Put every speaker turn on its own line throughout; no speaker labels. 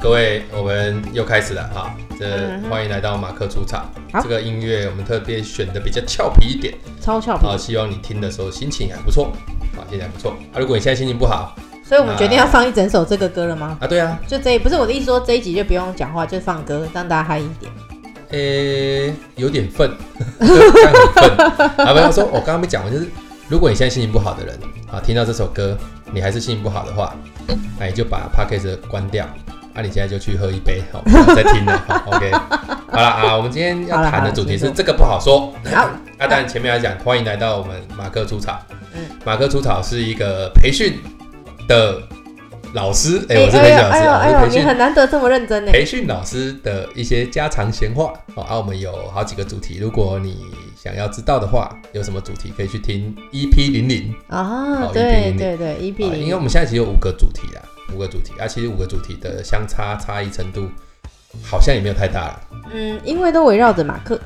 各位，我们又开始了哈，这
嗯哼
欢迎来到马克出场。
好
这个音乐我们特别选的比较俏皮一点，
超俏皮
啊，。希望你听的时候心情还不错，啊，心情还不错。啊，如果你现在心情不好，
所以我们决定要放一整首这个歌了吗？
啊，对啊，
就这一，不是我的意思说这一集就不用讲话，就放歌，让大家嗨一点。
诶、有点愤， 但很愤。啊，不要说，我刚刚没讲完，就是如果你现在心情不好的人啊，听到这首歌，你还是心情不好的话，那你就把 p o c a s t 关掉，啊，你现在就去喝一杯，好、不要再听了，好，OK。好了啊，我们今天要谈的主题
好了
是
好了
这个不好说。
好，
啊，当然前面要讲，欢迎来到我们马克出草。
嗯
马克出草是一个培训的老师，哎、我是
哎
培训
呦
老
哎
师
呦
啊，我
哎
是
呦，
培
你
训
很难得这么认真呢。
培训老师的一些家常闲话哦。啊，我们有好几个主题，如果你想要知道的话，有什么主题可以去听 EP 零零
啊
好，
对
一比零
对对，一比
啊，因为
零
我，们现在其实有五个主题啦，五个主题啊，其实五个主题的相差差异程度好像也没有太大了。
嗯，因为都围绕着马克，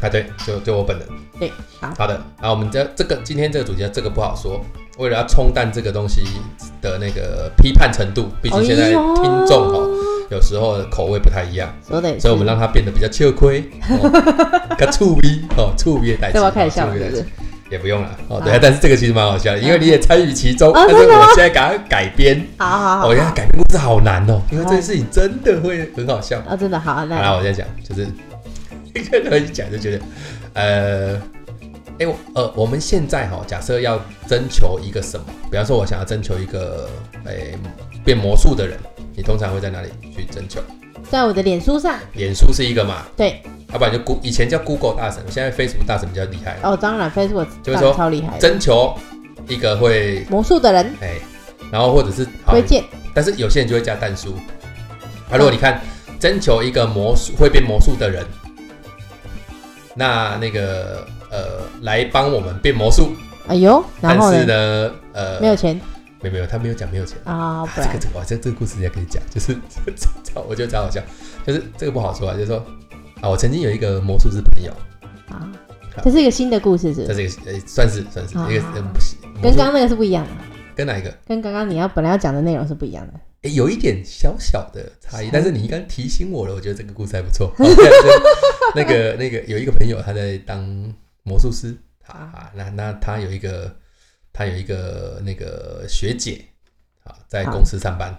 啊，对，就就我本人。
对，好
好的，啊，我们这这个今天这个主题这个不好说，为了要冲淡这个东西的那个批判程度，毕竟现在
哎呦
听众哦，有时候口味不太一样。
说的也是，
所以我们让它变得比较吃亏，哦较趣味哦，趣味的代
这
志，
我要开始笑
哦
了，
趣味的代
是不是
志？也不用了哦
好。
对啊，但是这个其实蛮好笑的，因为你也参与其中，
啊
但是
真的
我
吗哦
现在赶快改编，
好好好
我现在改编故事好难哦，因为这件事情真的会很好笑。
啊，真的好，
好啦，
那
我再讲，就是现在一讲就觉得，呃，哎、我呃，我们现在哈、假设要征求一个什么，比方说我想要征求一个，哎、变魔术的人，你通常会在哪里去征求？
在我的脸书上，
脸书是一个嘛，
对，
要不然就 Go 以前叫
嗯
Google 大神，现在 Facebook 大神比较厉害。
哦，当然 Facebook
就是说
超厉害的，
征求一个会
魔术的人
哎，然后或者是好
推，荐，
但是有些人就会加蛋叔。啊，如果你看征求一个魔术会变魔术的人，那那个呃来帮我们变魔术，
哎呦，然
但
后
是
呢，
呢呃
没有钱
没有没有他没有讲没有钱。
啊，不
这个
然
这个，我这这个故事也跟你讲，就是 超我觉得超好笑，就是这个不好说啊，就是说啊，我曾经有一个魔术师朋友，
啊，这是一个新的故事，是不
在
是
这个呃算是算是
啊
一个呃不是魔
跟
术
刚刚那个是不一样的。
跟哪一个？
跟刚刚你要本来要讲的内容是不一样的。
诶有一点小小的差异
是，
但是你刚刚提醒我了，我觉得这个故事还不错。 好这样子那个那个有一个朋友他在当魔术师啊，那那他有一个他有一个那个学姐啊，在公司上班。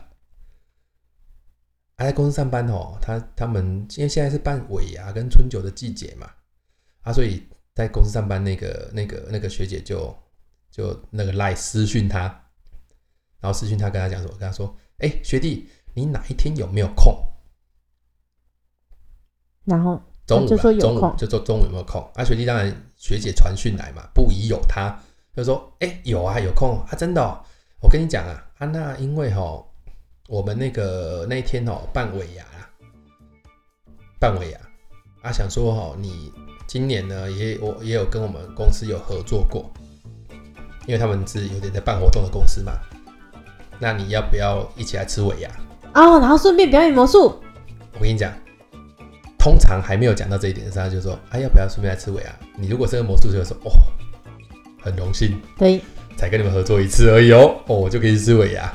他在公司上班哦，他他们因为现在是办尾牙跟春酒的季节嘛，啊，所以在公司上班那个那个那个学姐就就那个赖私讯他，然后私讯他跟他讲说，跟他说，哎、学弟，你哪一天有没有空？
然后
中午
哦就
啦
说有
中午
空
就说中午有没有空？啊，学弟当然学姐传讯来嘛，不疑有他，就说哎、有啊有空啊真的、哦，我跟你讲啊啊那因为哈、我们那个那一天哦办尾牙啦，办尾牙啊想说哈、你今年呢也我也有跟我们公司有合作过，因为他们是有点在办活动的公司嘛，那你要不要一起来吃尾牙？
哦，然后顺便表演魔术，
我跟你讲，通常还没有讲到这一点的时候，他就说：“哎、要不要顺便来吃尾啊？”你如果是个魔术师，就说：“哦，很荣幸，
对，
才跟你们合作一次而已哦，哦，我就可以吃尾牙。”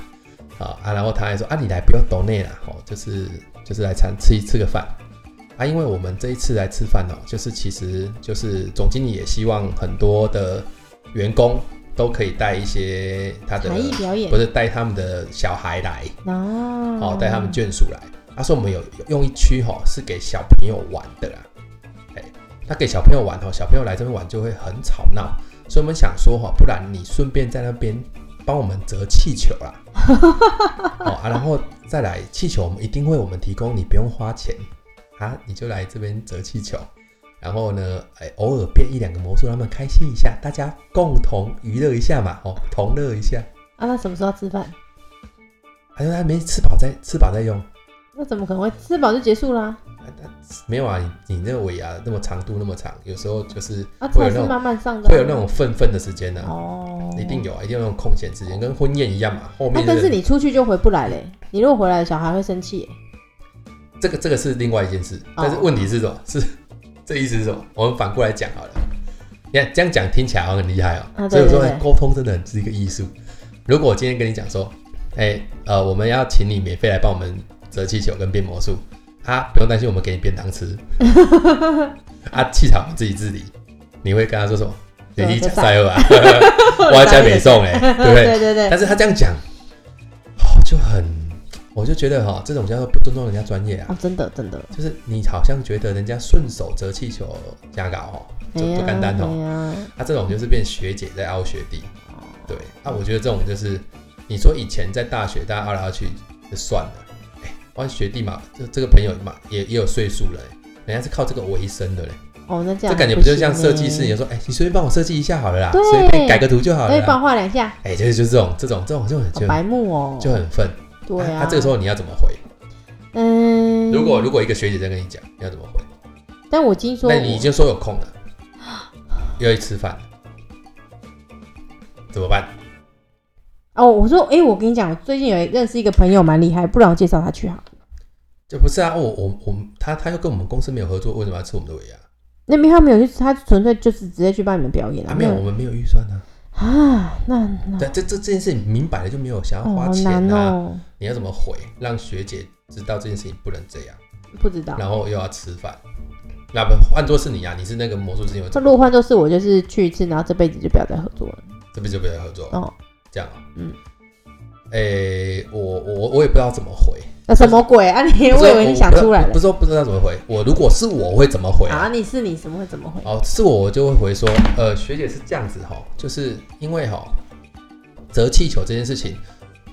好啊，然后他还说：“啊，你来不要抖内啦，哦，就是就是来餐吃一吃个饭啊，因为我们这一次来吃饭哦，就是其实就是总经理也希望很多的员工都可以带一些他的
才艺表演
不，是带他们的小孩来，
哦，
哦，带他们眷属来。他说我们有用一区哈、是给小朋友玩的啦，哎，那给小朋友玩哦，小朋友来这边玩就会很吵闹，所以我们想说哈、不然你顺便在那边帮我们折气球啦，哦啊，然后再来气球，我们一定会我们提供，你不用花钱啊，你就来这边折气球。然后呢，哎，偶尔变一两个魔术，让他们开心一下，大家共同娱乐一下嘛，哦，同乐一下。哎
啊，那什么时候吃饭？
还有他没吃饱再吃饱再用，
那怎么可能会吃饱就结束啦？
没有啊，你你那个尾牙那么长度那么长，有时候就是
啊，
会有那
菜是
种
慢慢上的，
会有那种愤愤的时间呢、
哦，
一定。有啊，一定有那种空闲时间，跟婚宴一样嘛。后
啊
面、，
但是你出去就回不来嘞，你如果回来，小孩会生气耶。
这个这个是另外一件事，
哦
但是问题是什么？ 是这意思是什么？我们反过来讲好了。你看这样讲听起来好像很厉害哦、
啊对
所以我
对
说
对
沟通真的很哎是一个艺术。如果我今天跟你讲说，哎、呃，我们要请你免费来帮我们折气球跟变魔术啊，不用担心，我们给你便当吃 啊，气场我们自己治理。你会跟他说什么？你
对
一
就
讲
散
塞 尔啊，我要加北宋哎，对不对？
对对对，
但是他这样讲，哦就很，我就觉得哈、这种叫做不尊重人家专业啊，
哦，真的真的，
就是你好像觉得人家顺手折气球加搞哦，
哎
就
呀
不干单哦，
哎呀，哦
他、这种就是变学姐在凹学弟，对，啊，我觉得这种就是你说以前在大学大家凹来凹去就算了，哎，关学弟嘛，这这个朋友嘛也也有岁数了、人家是靠这个为生的嘞，
哦，那这
这
样
感觉不
不
就像设计师，你
行欸
就说，哎、你随便帮我设计一下好了啦，
对
随便改个图就好了
哎，
啦，
帮我画两下，
哎、就是就是这种这种这种就很
好
就很
白目哦，
就很愤。
对
他、
啊，
这个时候你要怎么回？
嗯，
如果如果一个学姐在跟你讲，你要怎么回？
但我听说
那你已
我
经说有空了，又去吃饭，怎么办？
哦，我说，哎，我跟你讲，我最近有一认识一个朋友蛮厉害，不然我介绍他去好了。
就不是啊，我我我们他他又跟我们公司没有合作，为什么要吃我们的尾牙？
那边他没有去，他纯粹就是直接去帮你们表演
啊，
啊，
没有，我们没有预算啊。
啊，那那
但这这这件事情明摆了就没有想要
哦，
花
好
钱
难
啊，
哦，
你要怎么回？让学姐知道这件事情不能这样，
不知道。
然后又要吃饭。那不换做是你啊，你是那个魔术师，你会
这
怎么
如果换作是我，就是去一次，然后这辈子就不要再合作了。
这不就不要合作？
哦，
这样啊？
嗯，
诶、我我我也不知道怎么回，
那什么鬼啊你？
不
我
是
以为你想出来
我不
了。
是说不知道怎么回，我如果是我我会怎么回
啊，你是你，怎么会怎么会？
哦，是我我就会回说，呃，学姐是这样子哈，就是因为哈折气球这件事情，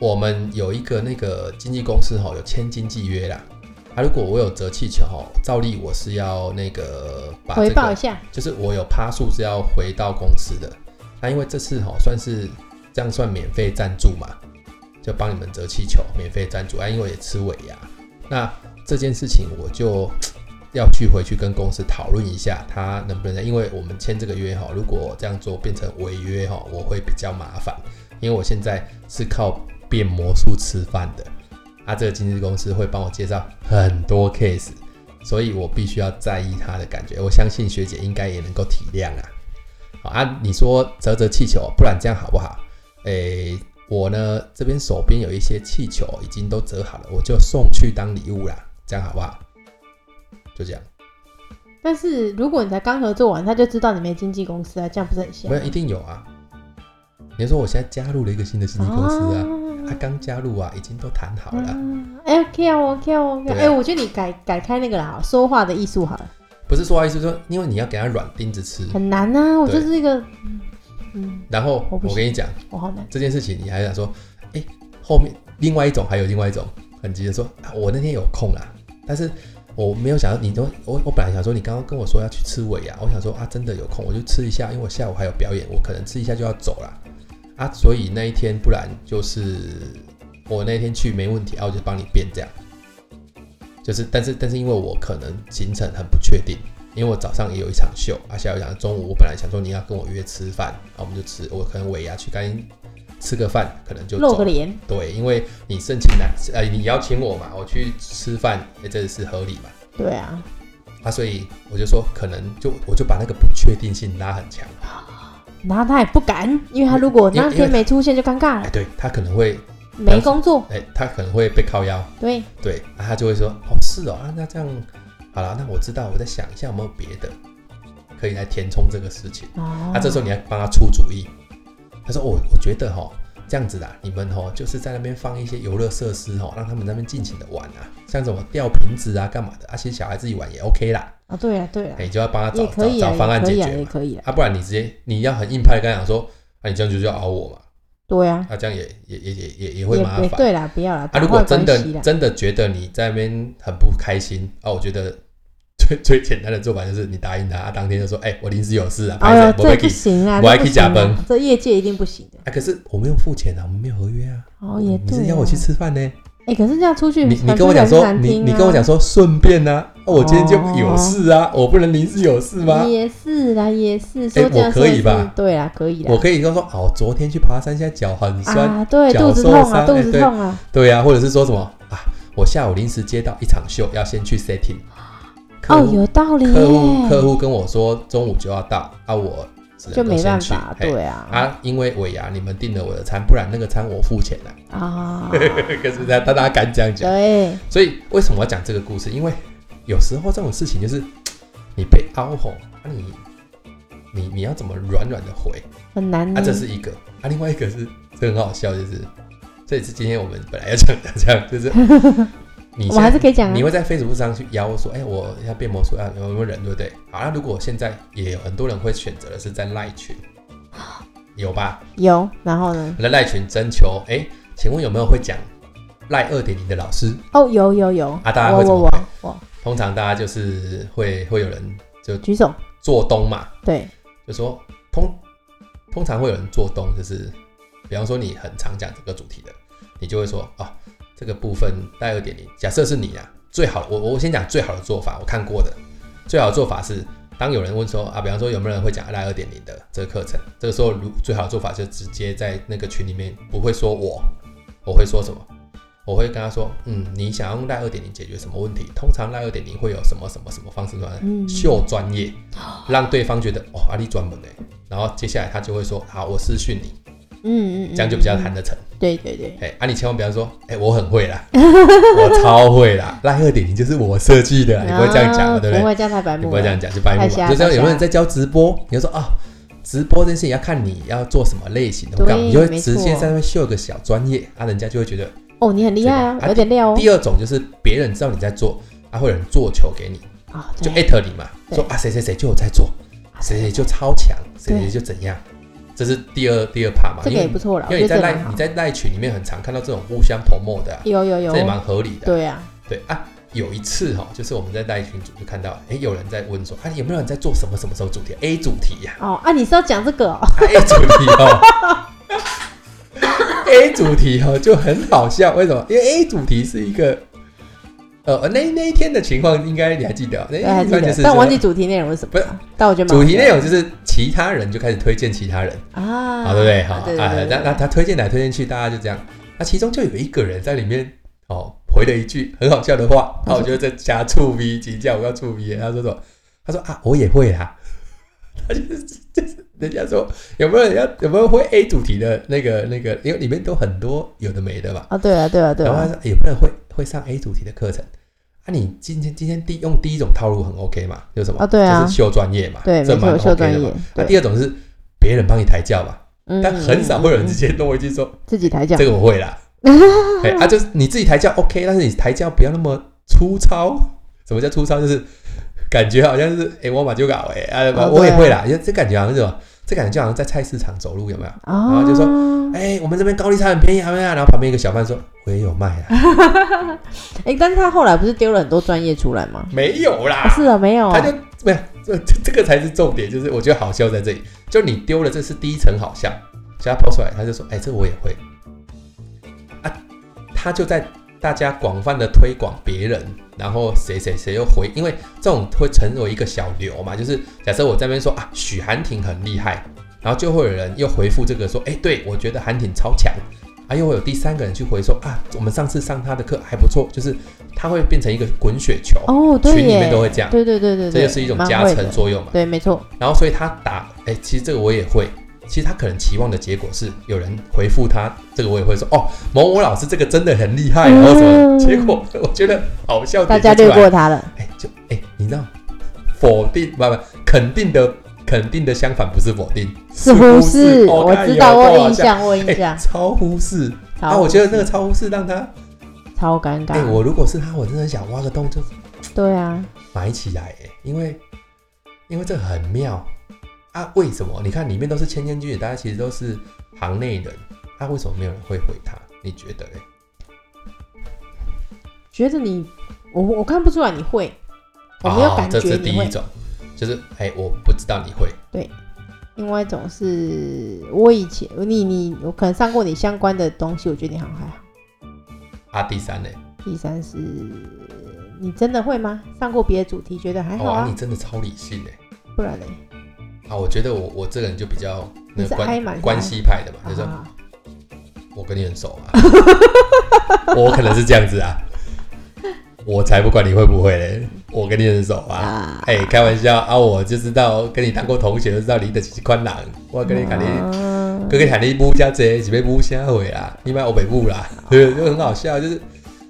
我们有一个那个经纪公司哈有签经纪约啦。啊，如果我有折气球哈，照例我是要那个把
回
这
报
个
一，下，
就是我有趴数是要回到公司的。那因为这次哈算是这样算免费赞助嘛，就帮你们折气球，免费赞助啊，因为我也吃尾牙。那这件事情我就要去回去跟公司讨论一下，他能不能，因为我们签这个约哈，如果这样做变成违约哈，我会比较麻烦，因为我现在是靠变魔术吃饭的，啊，这个经纪公司会帮我介绍很多 case，所以我必须要在意他的感觉，我相信学姐应该也能够体谅啊。好啊，你说折折气球，不然这样好不好？诶、我呢这边手边有一些气球已经都折好了，我就送去当礼物啦，这样好不好？就这样，
但是如果你才刚合作完，他就知道你没经纪公司啊，这样不是很像
没有一定有啊。你说我现在加入了一个新的经纪公司啊，他
啊
刚、加入啊，已经都谈好了啊、
啊哎，OK 啊，OK 啊，OK 啊。
对啊
哎，我觉得你改改开那个啦，说话的艺术好了，
不是说话意思说，因为你要给他软钉子吃，
很难啊。我
对
就是一个，嗯嗯，
然后
我不
我跟你讲
我好难。
这件事情，你还想说，哎、后面另外一种还有另外一种，很急的说，啊，我那天有空啦，但是我没有想到你都，我我本来想说你刚刚跟我说要去吃尾牙，我想说啊，真的有空我就吃一下，因为我下午还有表演，我可能吃一下就要走啦。啊，所以那一天不然就是我那天去没问题，啊，我就帮你变这样，就是但是但是因为我可能行程很不确定。因为我早上也有一场秀，啊，下午想中午我本来想说你要跟我约吃饭，啊，我们就吃，我可能尾牙去跟吃个饭，可能就
露
走
个脸，
对，因为你申请来，呃，你邀请我嘛，我去吃饭，哎、这是合理嘛？
对啊，
啊，所以我就说，可能就我就把那个不确定性拉很强。
啊然后他也不敢，因为他如果
因为
那
因为
天没出现就尴尬
哎，
了，
对他可能会，
没工作，
哎，他可能会被靠腰，
对，
对，啊、他就会说，哦，是哦，啊，那这样好了，那我知道，我再想一下有没有别的可以来填充这个事情。
哦，
啊，这时候你要帮他出主意。他说：“哦我、我觉得哈，这样子啦，你们哈就是在那边放一些游乐设施哈，让他们在那边尽情的玩啊，像什么吊瓶子啊、干嘛的，啊，其实小孩自己玩也 OK 啦。
啊，对了对了
哎、，你就要帮他找
也可
找
以啊，
找方案
也可
解
以啊，
决
也
嘛。
可以啊，
啊，不然你直接你要很硬派的跟他讲说，啊，你这样就是要熬我嘛，
对啊，
啊，这样也也也也也也会
也
麻
也
烦。
对啦，不要啦，
啊，如果真
打坏关系
的
啦
真的觉得你在那边很不开心啊，我觉得最 最简单的做法就是你答应他，啊，当天就说，哎、我临时有事啊，拍
哎呦，
摄不
这
会
不
给。
行啊，
我还
这
可以
不行啊
假崩
这业界一定不行的。
啊，可是我没有付钱啊，我们没有合约啊。
哦，
你
也
你
对啊。
是要我去吃饭呢？
哎，可是这样出去，
你
反
你跟我
正
讲
还是
说，
难
你
听
你
啊哦
跟我讲说顺便呢、啊，我今天就有事啊，我不能临时有事吗？
也是啦，也是说
哎
这样
我可以吧
说是对啦，可以
我
啦。
可以跟他说，哦，昨天去爬山，现在脚很酸，
啊，对，
脚
肚子
受
痛啊，
伤
肚
哎
子
对
痛啊，
对呀、啊，或者是说什么啊，我下午临时接到一场秀，要先去 setting。客
哦，
户
有道理
客户
耶。
客户跟我说中午就要到啊，我只能
就
够
没
先
办
去
法，
嘿
对啊，
啊，因为尾牙你们订了我的餐，不然那个餐我付钱 了。
啊，
可是他 他大家敢这样讲，
对，
所以为什么我要讲这个故事？因为有时候这种事情就是你被凹吼，啊你你你要怎么软软的回？
很难呢。
啊，这是一个，啊，另外一个是这很好笑，就是这也是今天我们本来要讲的，这样就是 你
我
现
还
在
是可以讲啊
你，会在 Facebook 上去邀我说，哎、我要变魔术啊，有没有人，对不对？好，那如果现在也有很多人会选择的是在赖群，有吧？
有，然后呢？
我在赖群征求，哎、请问有没有会讲赖二点零的老师？
哦，有有有，
啊大家
我
会怎
我
么
我
回
我
通常大家就是会会有人
举手，
做东嘛，
对，
就说通通常会有人做东，就是比方说你很常讲这个主题的，你就会说哦，这个部分带二点零，假设是你啊，最好我我先讲最好的做法，我看过的最好的做法是，当有人问说啊，比方说有没有人会讲带二点零的这个课程，这个时候如最好的做法就直接在那个群里面不会说我，我会说什么？我会跟他说，嗯，你想要用赖二点零解决什么问题？通常赖二点零会有什么什么什么方式出来？
嗯，
秀专业，让对方觉得哦，阿力专门的。然后接下来他就会说，好，我私讯你，
嗯嗯，嗯
这样就比较谈
嗯
得成。
对对对，
哎、啊，你千万不要说，哎、我很会啦， 我超会啦，赖二点零就是我设计的啦，你不会这样讲
啊
嘛，对不
不
对？
会这样太白目
你
了，
不会这样讲，就白目
太瞎
嘛。就像
太瞎
有没有人在教直播，你就说啊、直播这件事情要看你要做什么类型的，
对
我告诉你，你就会
没
直接
错
在那边秀个小专业，啊，人家就会觉得。
哦，你很厉害啊
这，个啊
有点料哦，
第二种就是别人知道你在做，啊，会有人做球给你，
啊，
就
对
艾特你嘛，
对
说啊谁谁谁就有在做，谁谁就超强，谁谁就怎样，这是第二第二 part 嘛，
这个
因为
也不错啦，
因
我
为
觉
你在
得这个
赖
蛮好
你，在赖群里面很常看到这种互相 promo 的、啊，
有有有
这，也蛮合理的啊、
对啊，
对啊，有一次哈、就是我们在赖群组就看到，哎，有人在问说，啊有没有人在做什么什么什么主题 A 主题呀、
哦啊，你是要讲这个哦，
啊、，A 主题哦。A 主题哦就很好笑，为什么？因为 A 主题是一个，呃，那那一天的情况应该你还记得哦？那
对 还
一
记
天就
得
是，
但
说
忘记主题内容是什么了，但我觉得蛮
主
好
题内容
笑
就是其他人就开始推荐其他人，
的啊，
好对不对？好
啊对
啊
对，
那
对
那他推荐来推荐去，大家就这样。那其中就有一个人在里面哦回了一句很好笑的 话，那
他说
我觉得这加触 V 级叫我要触 V，他说什么？他说啊 我也会啦，他就是就是人家说有没有人要有没有会 A 主题的那个那个，因为里面都很多有的没的嘛。
啊，对啊对啊对
然后他
啊，
说哎有没有人会会上 A 主题的课程？啊，你今天今天第用第一种套路很 OK 嘛？有什么？
啊对啊
就是秀专业嘛，
对，
这
没
蛮
错，秀
OK
专
的嘛
业。，
那
对，
第二种是别人帮你抬轿嘛，
嗯
但很少会有人直接弄一句说、
嗯嗯自己抬脚
这，个我会 啦。哎啊，就是你自己抬轿 OK，但是你抬轿不要那么粗糙。什么叫粗糙？就是感觉好像是哎、我马就搞哎、啊，
哦
我
对
也
啊
会啦。就这感觉好像是什么？这感觉就好像在菜市场走路有没有？
然
后就说哎、我们这边高丽菜很便宜，啊，然后旁边一个小贩说我也有卖 啊，
哎，但是他后来不是丢了很多专业出来吗？
没有
啊
啦，
是啊，没有
他就没有，这这这个才是重点，就是我觉得好笑在这里，就你丢了，这是第一层好笑，所以他抛出来，他就说，哎、这个我也会啊，他就在大家广泛的推广别人，然后谁谁谁又回，因为这种会成为一个小流嘛，就是假设我这边说啊，许寒婷很厉害，然后就会有人又回复这个说，哎、对我觉得韩挺超强。啊，又会有第三个人去回说啊，我们上次上他的课还不错，就是他会变成一个滚雪球，
哦，对
群里面
耶
都会这样
对对对对
这
对，
就是一种
蛮
加
会
成
的
作用嘛。
对，没错，
然后所以他打，哎、其实这个我也会。其实他可能期望的结果是有人回复他，这个我也会说哦，某某老师这个真的很厉害，然后什么？
嗯
结果我觉得好笑
大
点
家
就
略
出来，
过他了，
哎、就哎、你知道否定不不肯定的肯定的相反不是否定，
是
忽
忽视，
哦
我
看
知
有
道，
多
我有
好
印
笑
象，我有
哎、
印象，
超忽视
超
啊！我觉得
无
那个
视
超忽视让他
超尴
哎、
尬，
我如果是他，我真的想挖个洞就
对啊，
买起来、欸，因为因为这很妙啊！为什么？你看里面都是千千君子，大家其实都是行内人，啊，为什么没有人会回他？你觉得嘞？
觉得你，我我看不出来你会，我没有
哦
感
这
觉
是第
你会
一，种，就是哎、我不知道你会，
另外一种是我以前你你我可能上过你相关的东西，我觉得你好像还好。
啊，第三嘞，
第三是你真的会吗？上过别的主题，觉得还
哦，
好
啊，
啊，
你真的超理性哎、
不然嘞，
啊，我觉得我我这个人就比较那
你是
个
挨
关
满
关系派的嘛，就是
啊，
我跟你很熟啊， 我可能是这样子啊，我才不管你会不会嘞，我跟你很熟啊。
啊，
哎、开玩笑啊！我就知道跟你当过同学，就知道你的是宽人。我跟你讲，你
啊
哥哥喊你母虾贼，是被母虾回啦，你买我北部啦， 对，就很好笑，啊就是，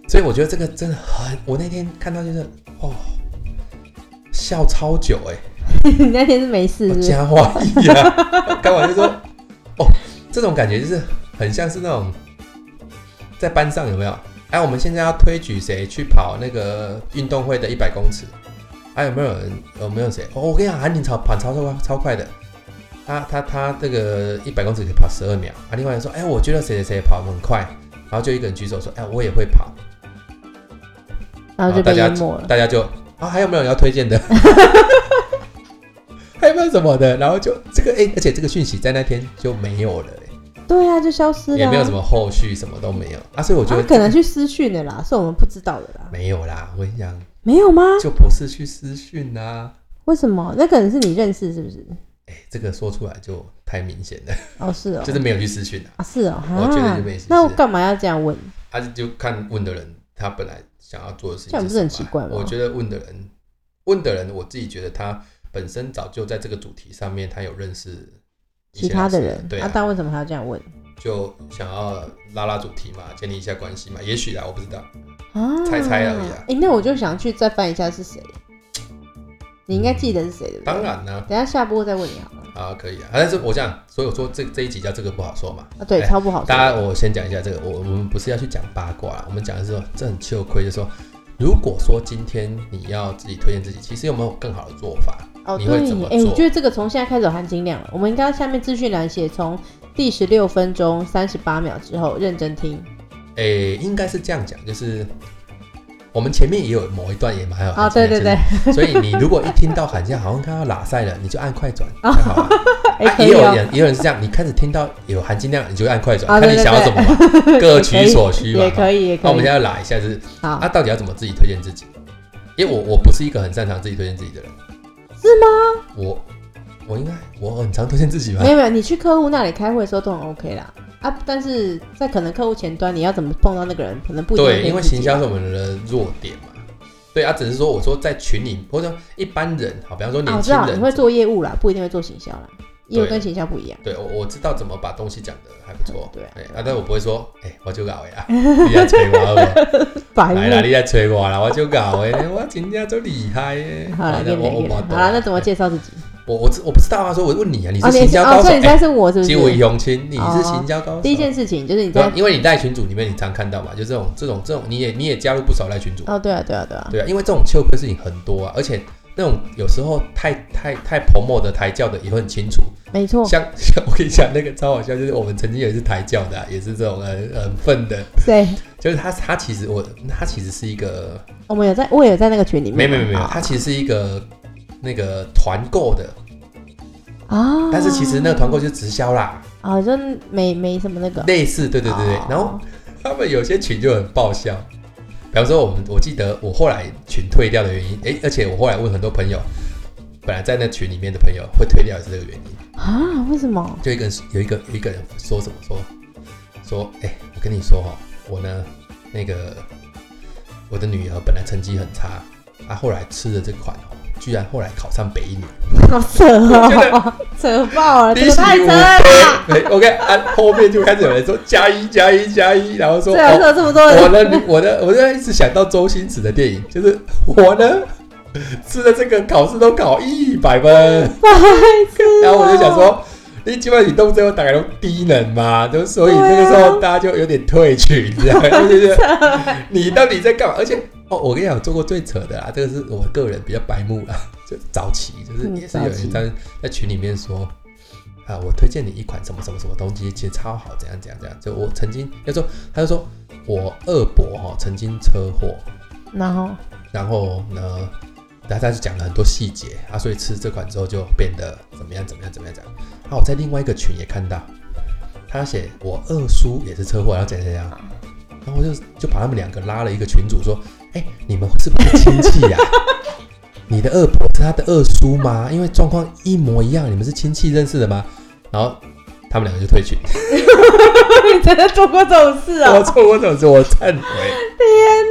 所以我觉得这个真的很，我那天看到就是，哦，笑超久哎、
你 那天是没事
我
是不是？
加话意啊，开玩笑说，哦，这种感觉就是很像是那种在班上有没有？哎，我们现在要推举谁去跑那个运动会的一百公尺？哎、有没有人？有没有谁？哦，我跟你讲，韩宁超跑超超超快的，他他他这个一百公尺可以跑十二秒。啊，另外人说，哎，我觉得谁谁谁跑得很快，然后就一个人举手说，哎，我也会跑。
然后就被淹没了。
大家就啊，还有没有人要推荐的？ 还有没有什么的？然后就这个哎、而且这个讯息在那天就没有了、哎
对啊，就消失了
也
啊。
没有什么后续，什么都没有啊。所以我觉得、
啊可能去私讯的啦，是我们不知道的啦。
没有啦。我跟你讲，
没有吗？
就不是去私讯啊。
为什么？那可能是你认识是不是？
哎、这个说出来就太明显了，
哦，是哦，
就是没有去私讯啊，
啊，是哦，
我觉得
啊
就没事
那我干嘛要这样问？
他、就看问的人他本来想要做的事情
这样
是
不
什么
是很
啊。
奇怪吗
我觉得问的人，问的人，我自己觉得他本身早就在这个主题上面，他有认识一些
其他的
老师
人，
对
啊，但为什么还要这样问
就想要拉拉主题嘛，建立一下关系嘛，也许啦，我不知道。
啊？
猜猜而已啊
诶那我就想去再翻一下是谁。你应该记得是谁，对不对？
当，然呢、
等一下下播再问你好了。
啊，可以啊，但是我讲，所以我说这这一集叫这个不好说嘛。
啊，对，
哎
超不好说
大家，我先讲一下这个，我我们不是要去讲八卦啦，我们讲的是说这很羞愧，就是说，如果说今天你要自己推荐自己，其实有没有更好的做法？
哦，
你会
对
怎么
耶，哎、
做
我觉得这个从现在开始有含金量了。我们应该下面资讯栏写从第十六分钟三十八秒之后认真听。
诶、应该是这样讲，就是我们前面也有某一段也蛮有
哦，对对对，
对，所以你如果一听到喊价，好像看到拉塞了，你就按快转，这样好啊。
哎、
啊，
可
也
以
有
哦，
人也有人是这样，你开始听到有含金量，你就按快转，
啊
看你
对对
想要什么 嘛，各取所需嘛
也。可以，也
啊那
可
我们
以。
现在来一下，就是
好，
啊，到底要怎么自己推荐自己？因为我我不是一个很擅长自己推荐自己的人，
是吗？
我我应该我很常推荐自己吧
没？有没有，你去客户那里开会的时候都很 OK 啦。啊，但是在可能客户前端，你要怎么碰到那个人，可能不一定
对，
可以
因为
自己啊
行销是我们的弱点嘛。对啊，只是说我说在群里或者说一般人，好，比方说
啊，我
年
知
轻
道你
人，
会做业务啦，不一定会做行销啦。业务
对
跟行销不一样。
对我我知道怎么把东西讲的还不错，
对啊
哎啊，但我不会说，哎、我就搞呀， 你在催我好不好？
白
来啦，
目。
你在催我啦，我就搞哎、我真正就厉害耶、
好了，
啊
练
我
了
我
练
不
了。
懂
好了，那怎么介绍自己？
我我知我不知道啊，所以我问你啊，你
哦
是行销
哦，
高手
所以你
哎，
在是我是不
结尾
是？
永清，你
哦
是行销高手。
第一件事情就是你
对
在
啊，因为你在群组里面，你常看到嘛，就这种这种这种，你也你也加入不少赖群组，
哦，对啊，对啊，对啊，
对啊，因为这种羞愧事情很多啊，而且那种有时候太太太 promo 的抬轿的也会很清楚，
没错。
像 像我跟你讲那个超好笑，就是我们曾经有一次抬轿的啊、也是这种很很愤的，
对，
就是他他其实我他其实是一个
我们有在，我也有在那个群里面。
没有没有没有，
啊
它其实是一个那个团购的，
啊，
但是其实那个团购就是直销啦，
好像没没什么那个。
类似，对对对对。
哦
然后他们有些群就很爆笑，比方说我们我记得我后来群退掉的原因，诶，而且我后来问很多朋友，本来在那群里面的朋友会退掉也是这个原因，
啊，为什么？
就一个人有一个有一个人说什么说说，诶，我跟你说哦，我呢那个我的女儿本来成绩很差，啊，后来吃了这款哦，居然后来考上北一女。
好扯哦，扯爆了，这
你
个
喜
太扯
无
了啦！
非。对，OK，啊，后面就开始有人说加一加一加一，然后说
虽然
哦，
啊说这么多
我
人，
呢， 我呢，我就一直想到周星驰的电影，就是我呢吃了这个考试都考一百分，然后我就想说。你基本上你动最后大概都低能嘛，就所以那个时候大家就有点退群，这样、就是你到底在干嘛？而且哦，我跟你讲，我做过最扯的啦，这个是我个人比较白目啦，就早期就是
嗯
也是有
早期
人在在群里面说啊，我推荐你一款什么什么什么东西，其实超好，怎样怎样怎样。就我曾经他就说，他就说我二伯哈、哦、曾经车祸，
然后
然后呢，他他就讲了很多细节啊，所以吃这款之后就变得怎么样怎么样怎么样怎么样。然后我在另外一个群也看到，他写我二叔也是车祸，然后怎样怎样，然后我就就把他们两个拉了一个群主说，哎、你们是不是亲戚呀、你的二伯是他的二叔吗？因为状况一模一样，你们是亲戚认识的吗？然后他们两个就退群。
你真的做过这种事 啊
我？错，我总是我忏悔，
天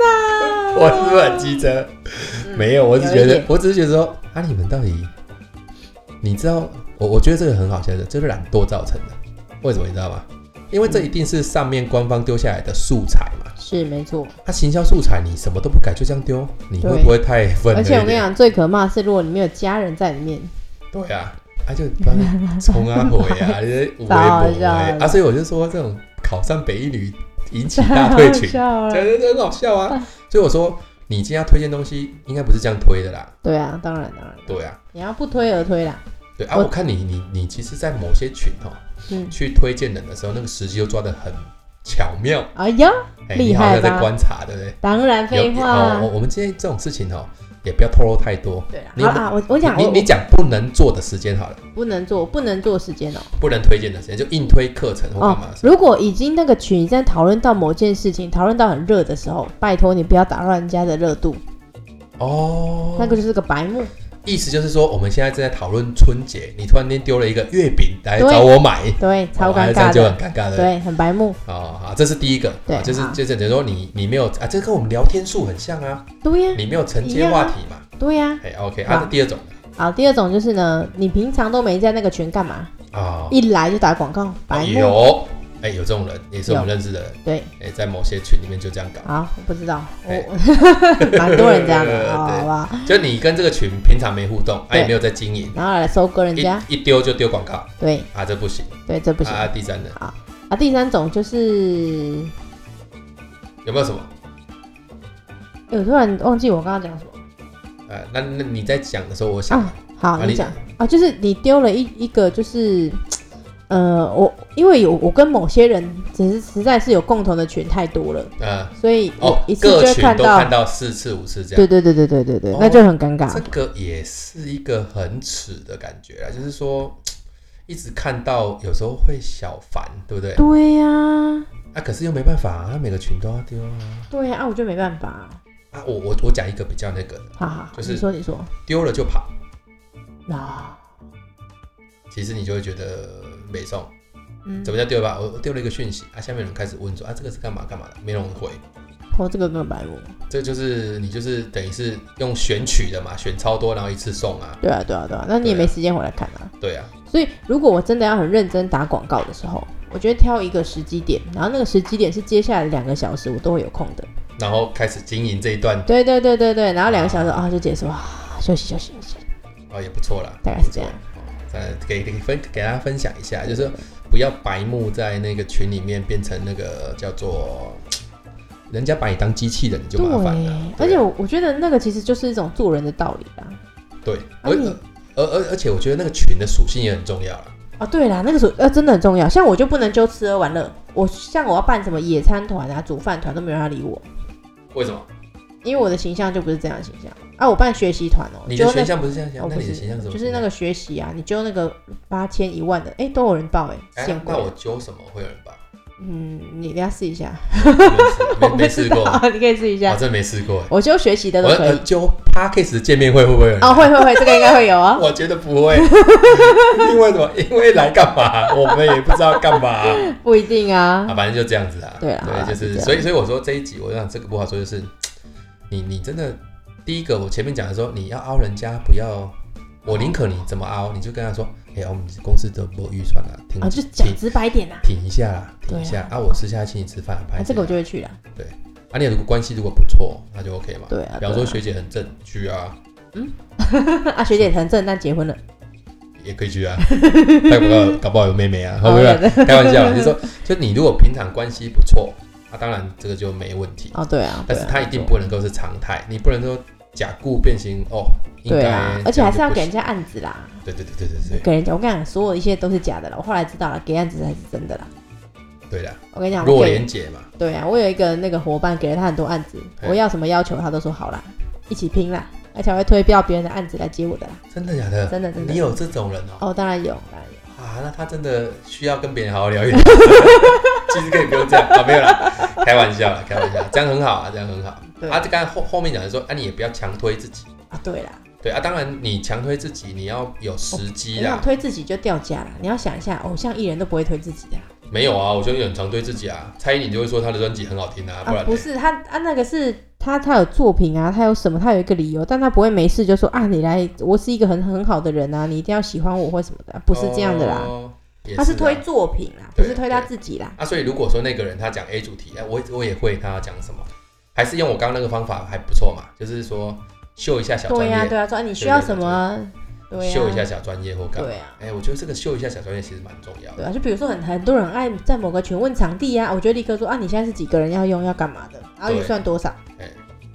哪！
我是不是很机车？没有，我只觉
嗯有一
得
点，
我只是觉得说，啊，你们到底，你知道，我我觉得这个很好笑的，这是懒惰造成的。为什么你知道吗？因为这
嗯
一定是上面官方丢下来的素材嘛。
是没错。
它、行销素材你什么都不改就这样丢，你会
对
不会太愤怒？
而且我跟你，讲，最可怕的是，如果你没有家人在里面，
对啊，他、啊、就帮你冲啊火呀、啊， 这五维博
超好
哎
笑，的
啊，所以我就说这种考上北一女引起 大退群，
笑了
这这很好笑 啊。所以我说，你今天要推荐东西，应该不是这样推的啦。
对啊，当然当然，
对啊，
你要不推而推啦。
对啊，
我
我看你你你其实，在某些群哦，
嗯，
去推荐人的时候，那个时机又抓得很巧妙，
哎呀，
哎、
厉
你好
害
像在
吧
观察，对不对？
当然废话
哦，。我我们今天这种事情哦，也不要透露太多。
对啦，
你
好啦，我我讲
你
我
你
我
讲不能做的时间好了，
不能做，不能做时间哦。哦
不能推荐的时间，就硬推课程或干嘛的时候、
如果已经那个群在讨论到某件事情，讨论到很热的时候，拜托你不要打乱人家的热度，
哦。
那个就是个白目。
意思就是说，我们现在正在讨论春节，你突然间丢了一个月饼来
对
找我买，
对，超
哦那
尴
这样
尬
就很
的，
尴尬的。
对，很白目。
哦，好，这是第一个，
对
啊就是
好
就是等于说你你没有啊，这跟我们聊天数很像啊，
对呀、
你没有承
一
接
样啊
话题嘛，
对呀、
哎，OK，
好
啊，这第二种
好，第二种就是呢，你平常都没在那个群干嘛？
啊，
一来就打广告，白目。
有，哎，有这种人，也是我们认识的人，
对，
哎，在某些群里面就这样搞，
好，我不知道，
哎
我 蛮多人这样的，好
对
好不好？
就你跟这个群平常没互动，啊，
啊对
也没有在经营，
然后来收割人
一
家，
一丢就丢广告
对
啊，这不行，
对，这不行
啊，第三人
啊。第三种就是，
有没有什么？
哎我突然忘记我刚刚讲什么。
呃，那那你在讲的时候，我想
啊好，
啊
你
你
讲啊，就是你丢了一一个，就是呃，我因为有我跟某些人只是实在是有共同的群太多了，
呃，
所以
哦
我一，次就
各
会
群
看
都
到，
看到四次五次这样。
对对对对对对对，
哦
那就很尴尬
这。个也是一个很耻的感觉啊，就是说一直看到，有时候会小烦，对不对？
对呀、
啊，可是又没办法啊，每个群都要丢啊。
对呀、啊，我就没办法。
啊，我我我讲一个比较那个的，
好好，好
就是
你说你说，
丢了就跑，
啊，
其实你就会觉得没送。
嗯
怎，么叫丢吧？我我丢了一个讯息啊，下面有人开始问说啊，这个是干嘛干嘛的，没有人回。
我哦这个更白目。
这就是你就是等于是用选取的嘛，选超多，然后一次送啊，
对啊对啊对啊，那你也
对啊
没时间回来看啊。
对啊，
所以，如果我真的要很认真打广告的时候，我觉得挑一个时机点，然后那个时机点是接下来两个小时我都会有空的。
然后开始经营这一段
对对对对对，然后两个小时啊就结束啊，休息休息休息，
哦，也不错啦，
大概是这样
不错。哦再给给分给大家分享一下，就是不要白目在那个群里面变成那个叫做，人家把你当机器人，你就麻烦了。对啊
而且我我觉得那个其实就是一种做人的道理啦。
对，
而
而
你
而而而且我觉得那个群的属性也很重要啦。
哦，对啦，那个时候呃真的很重要，像我就不能就吃喝玩乐，我像我要办什么野餐团啊、煮饭团都没有人要理我，
为什么？
因为我的形象就不是这样的形象啊。我办学习团哦，
你
就
的
那
形象不是这样
哦
想，那
不
你
是
的形象是什么？
就是那个学习啊，你就那个八千一万的，哎、都有人报哎、
哎，
见过
那我揪什么会有人吧？
嗯，你等一下试一下，
没没
我不
没
知
试
道
过，我
你可以试一下。
真的没试过。哎
我就学习的
我
都可
呃
以。
揪 Parkes 见面会会不会有人来？
哦，会会 会，这个应该会有啊。
我觉得不会， 因为什么？因为来干嘛？我们也不知道干 嘛啊，
不一定啊。
反正就这样子啊。
对啦好啦
就是是
这样
所以所以我说这一集，我想这个不好说，就是你你真的第一个，我前面讲的说你要凹人家，不要我宁可你怎么凹，你就跟他说，哎、我们公司都没有预算了、停
啊，就讲
停
直白点啦。
停一下啦，停一
对
下
啊
啊我私下请你吃饭，不好
啊
意思
这个我就会去啦。
啊，你如果关系如果不错，那就 OK 嘛。
对啊
比方说
对啊
学姐很正，去啊，
啊，学姐很正，但结 婚了。
也可以 去啊，搞不好搞不好有妹妹啊， 好不好？
哦
开玩笑啦，就是说，就你如果平常关系不错，那、当然这个就没问题，
哦，对啊。
但是
对啊
它一定不能够是常态，你不能说假故变形哦，应该
对啊，而且还是要给人
家，
家案子啦，
对对对对对对
给人家。我跟你讲，所有一切都是假的啦。我后来知道了，给案子才是真的啦。
对啦，
我跟你讲，我
弱
给
连结嘛，
对啊，我有一个那个伙伴给了他很多案子，
嘿
我要什么要求他都说好啦，一起拼啦，而且还会推掉别人的案子来接我的啦。
真的假的？
真的真的
你有这种人哦、
哦，当然有，当然有。
啊，那他真的需要跟别人好好聊一 聊，其实可以不用这样啊，没有啦，开玩笑啦，开玩笑，这样很好啊，这样很好。
对
啊，这刚才后后面讲的说，啊，你也不要强推自己，
啊，对啦，
对啊，当然你强推自己，你要有时机
你
啦。
想推自己就掉价啦。你要想一下，偶像艺人都不会推自己的啦。
没有啊，我觉得你很常对自己啊。蔡依林就会说她的专辑很好听啊，不
啊，
然、
不，是他啊，那个是他他有作品啊，他有什么，他有一个理由，但他不会没事就说啊，你来，我是一个很很好的人啊，你一定要喜欢我或什么的，不是这样的啦。
哦也
他
是啊
是推作品啦，不
对
是推他自己啦。
啊，所以如果说那个人他讲 A 主题，哎，我我也会他讲什么，还是用我刚刚那个方法还不错嘛，就是说秀一下小专
对
业，
呀、对呀、说啊你需要什么啊？对呀、
秀一下小专业或干嘛。
对啊，
哎、我觉得这个秀一下小专业其实蛮重要
对
的。
啊，就比如说很很多人爱在某个群问场地啊，我就立刻说啊，你现在是几个人要用要干嘛的，然后预算多少？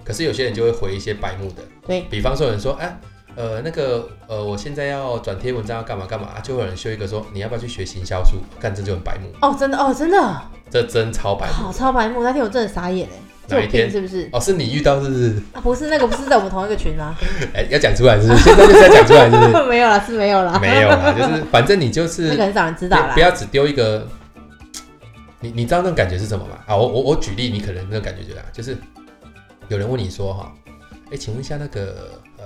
可是有些人就会回一些白目的，
对
比方说有人说，哎、呃，那个，呃，我现在要转贴文章要干嘛干嘛、啊，就会有人秀一个说，你要不要去学行销术？干这就很白目，
哦，真的哦，真的
这真超白目。
好超白目，那天我真的傻眼哎，是
哪
我
一天
病是不哦是？
哦，是你遇到是不是？
啊，不是那个，不是在我们同一个群吗？
哎、要讲出来是不是？现在就是要讲出来是不是？
没有啦，是没有啦，
没有啦，就是反正你就是
那个很少人知道
不
啦
不。要只丢一个。你你知道那种感觉是什么吗？啊，我我我举例，你可能那种感觉就是啊，就是有人问你说哈，哎、请问一下那个呃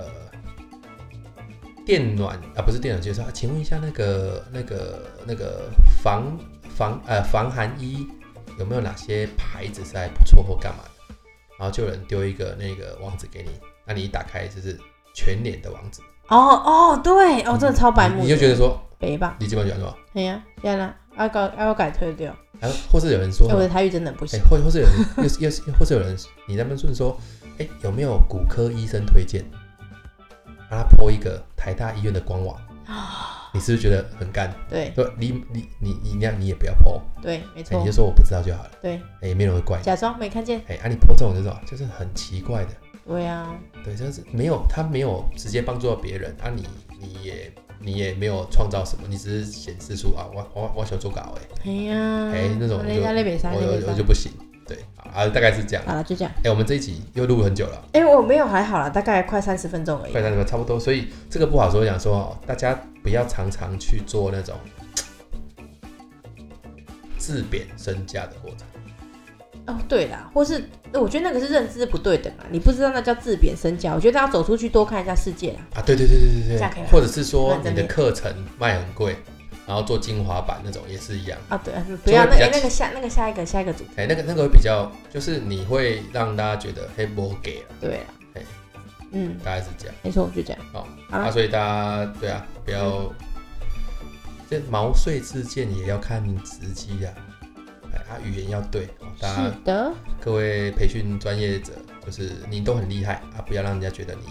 电暖啊，不是电暖，就是说、啊请问一下那个那个那个防防呃防寒衣有没有哪些牌子是还不错或干嘛的？然后就有人丢一个那个网址给你，那你一打开就是全脸的网址，
哦哦，对，哦，真的超白目的，
嗯你就觉得说
北吧？
你基本喜欢什么？
哎呀，天啦，要搞要改退掉，
然后啊或是有人说
哎，我的台语真的很不
哎、
行。
或或是有人， 又是又是，或是有人，你在那边问说，哎、有没有骨科医生推荐？让他 PO 一个台大医院的官网，你是不是觉得很干？
对
说你你你你那样你也不要 PO，
对，没
哎、
错
你就，说我不知道就好了，
对，
哎、也没人会怪 你。
假装没看见。
哎、啊你 PO 这种这种就是很奇怪的，
对啊，
对，就是没有他没有直接帮助到别人，啊你你也你也没有创造什么，你只是显示出啊我我我想做稿哎，
哎呀，
哎那种我就
人家那北山，
我
啊那北
我我就
山。
不行，对啊大概是这样。
好了，就这样。
哎、我们这一集又录很久了。
哎，我没有还好啦，大概快三十分钟而已
快。餐什么差不多，所以这个不好说。讲说哦，大家不要常常去做那种自贬身价的过程。
哦，对啦，或是呃我觉得那个是认知不对等啊，你不知道那叫自贬身价。我觉得大家走出去多看一下世界啦。
啊，对对对对对
这样可以
对，
吗
或者是说
认
你
真
的
点
课程卖很贵，然后做精华版那种也是一样。
啊，对，不要那
比较
哎那个下那个下一个下一个组，
哎、那个那个会比较，就是你会让大家觉得嘿不给了，
对啦
哎，
嗯，
大概是这样。
没错，就这样。
好，
好
啊，
了，
所以大家对啊，不要这毛遂自荐也要看时机啊。哎，啊，语言要对，哦大家
是的，
各位培训专业者，就是你都很厉害啊，不要让人家觉得你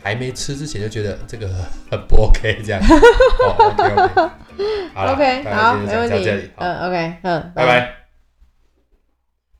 还没吃之前就觉得这个很不 OK 这样。哦，OK OK，好啦
OK，
大概
好，
今
没
天
问
就讲到这
题
里，，好，
嗯，OK，嗯，
拜拜。